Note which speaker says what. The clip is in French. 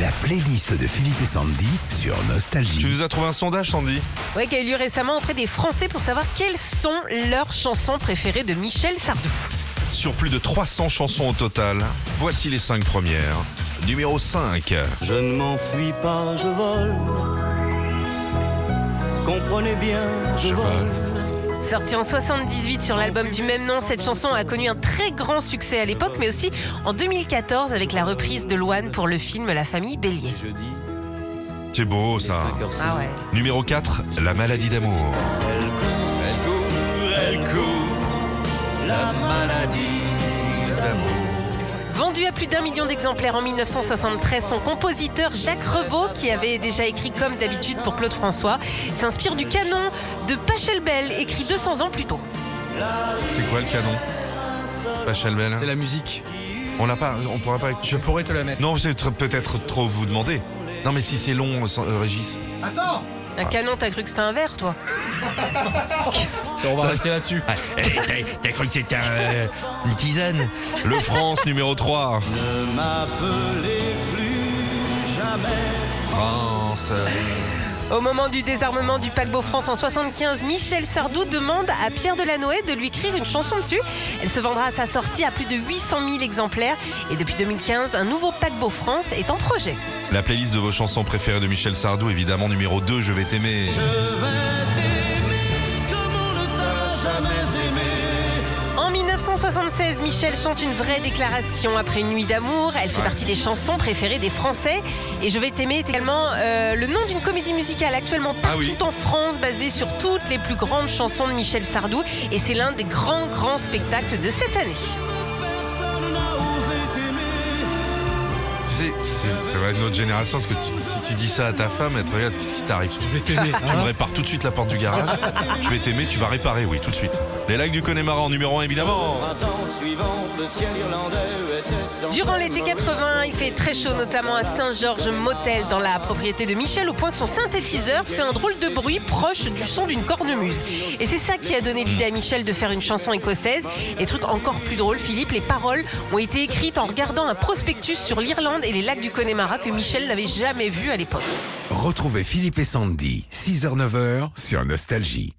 Speaker 1: La playlist de Philippe et Sandy sur Nostalgie.
Speaker 2: Tu nous as trouvé un sondage, Sandy
Speaker 3: Ouais, qui a eu lieu récemment auprès des Français pour savoir quelles sont leurs chansons préférées de Michel Sardou.
Speaker 2: Sur plus de 300 chansons au total, voici les 5 premières. Numéro 5,
Speaker 4: Je ne m'enfuis pas, je vole. Comprenez bien, je, vole.
Speaker 3: Sortie en 78 sur l'album du même nom, cette chanson a connu un très grand succès à l'époque, mais aussi en 2014 avec la reprise de Loane pour le film La famille Bélier.
Speaker 4: Et je dis,
Speaker 2: c'est beau ça.
Speaker 4: les cinq heures
Speaker 3: Ah ouais.
Speaker 2: Numéro 4, La maladie d'amour.
Speaker 4: Elle court, elle court, elle court, la maladie d'amour.
Speaker 3: Vendu à plus d'un million d'exemplaires en 1973, son compositeur Jacques Revaux, qui avait déjà écrit comme d'habitude pour Claude François, s'inspire du canon de Pachelbel, écrit 200 ans plus tôt.
Speaker 2: C'est quoi le canon Pas Chalmel
Speaker 5: C'est la musique.
Speaker 2: On l'a pas, on pourra pas écouter.
Speaker 5: Je pourrais te la mettre.
Speaker 2: Non, c'est tr- peut-être trop vous demander. Non, mais si c'est long, euh, euh, Régis.
Speaker 3: Un canon, t'as cru que c'était un verre, toi
Speaker 5: On va rester là-dessus.
Speaker 2: T'as cru que c'était une tisane Le France numéro 3.
Speaker 4: Ne m'appelez plus jamais.
Speaker 2: France.
Speaker 3: Au moment du désarmement du paquebot France en 75, Michel Sardou demande à Pierre Delanoë de lui écrire une chanson dessus. Elle se vendra à sa sortie à plus de 800 000 exemplaires. Et depuis 2015, un nouveau paquebot France est en projet.
Speaker 2: La playlist de vos chansons préférées de Michel Sardou, évidemment, numéro 2, Je vais t'aimer.
Speaker 4: Je vais t'aimer comme on ne t'a jamais aimé.
Speaker 3: En 1976, Michel chante une vraie déclaration après une nuit d'amour. Elle fait partie des chansons préférées des Français. Et Je vais t'aimer est également euh, le nom d'une comédie musicale actuellement
Speaker 2: Ah
Speaker 3: partout
Speaker 2: oui.
Speaker 3: en France, basée sur toutes les plus grandes chansons de Michel Sardou. Et c'est l'un des grands, grands spectacles de cette année.
Speaker 4: Personne n'a osé t'aimer.
Speaker 2: C'est c'est- ça va être notre génération, parce que tu- si tu dis ça à ta femme, elle te regarde, qu'est-ce qui t'arrive
Speaker 5: Je vais t'aimer. hein.
Speaker 2: Tu me répares tout de suite la porte du garage. Je vais t'aimer, tu vas réparer, oui, tout de suite. Les lacs du Connemara en numéro 1, évidemment.
Speaker 4: Printemps suivant, le ciel irlandais était en
Speaker 3: Durant l'été 80, il fait très chaud, notamment à Saint-Georges Motel, dans la propriété de Michel, au point que son synthétiseur fait un drôle de bruit proche du son d'une cornemuse. Et c'est ça qui a donné l'idée à Michel de faire une chanson écossaise. Et truc encore plus drôle, Philippe, les paroles ont été écrites en regardant un prospectus sur l'Irlande et les lacs du Connemara que Michel n'avait jamais vu à l'époque.
Speaker 1: Retrouvez Philippe et Sandy, 6h-9h sur Nostalgie.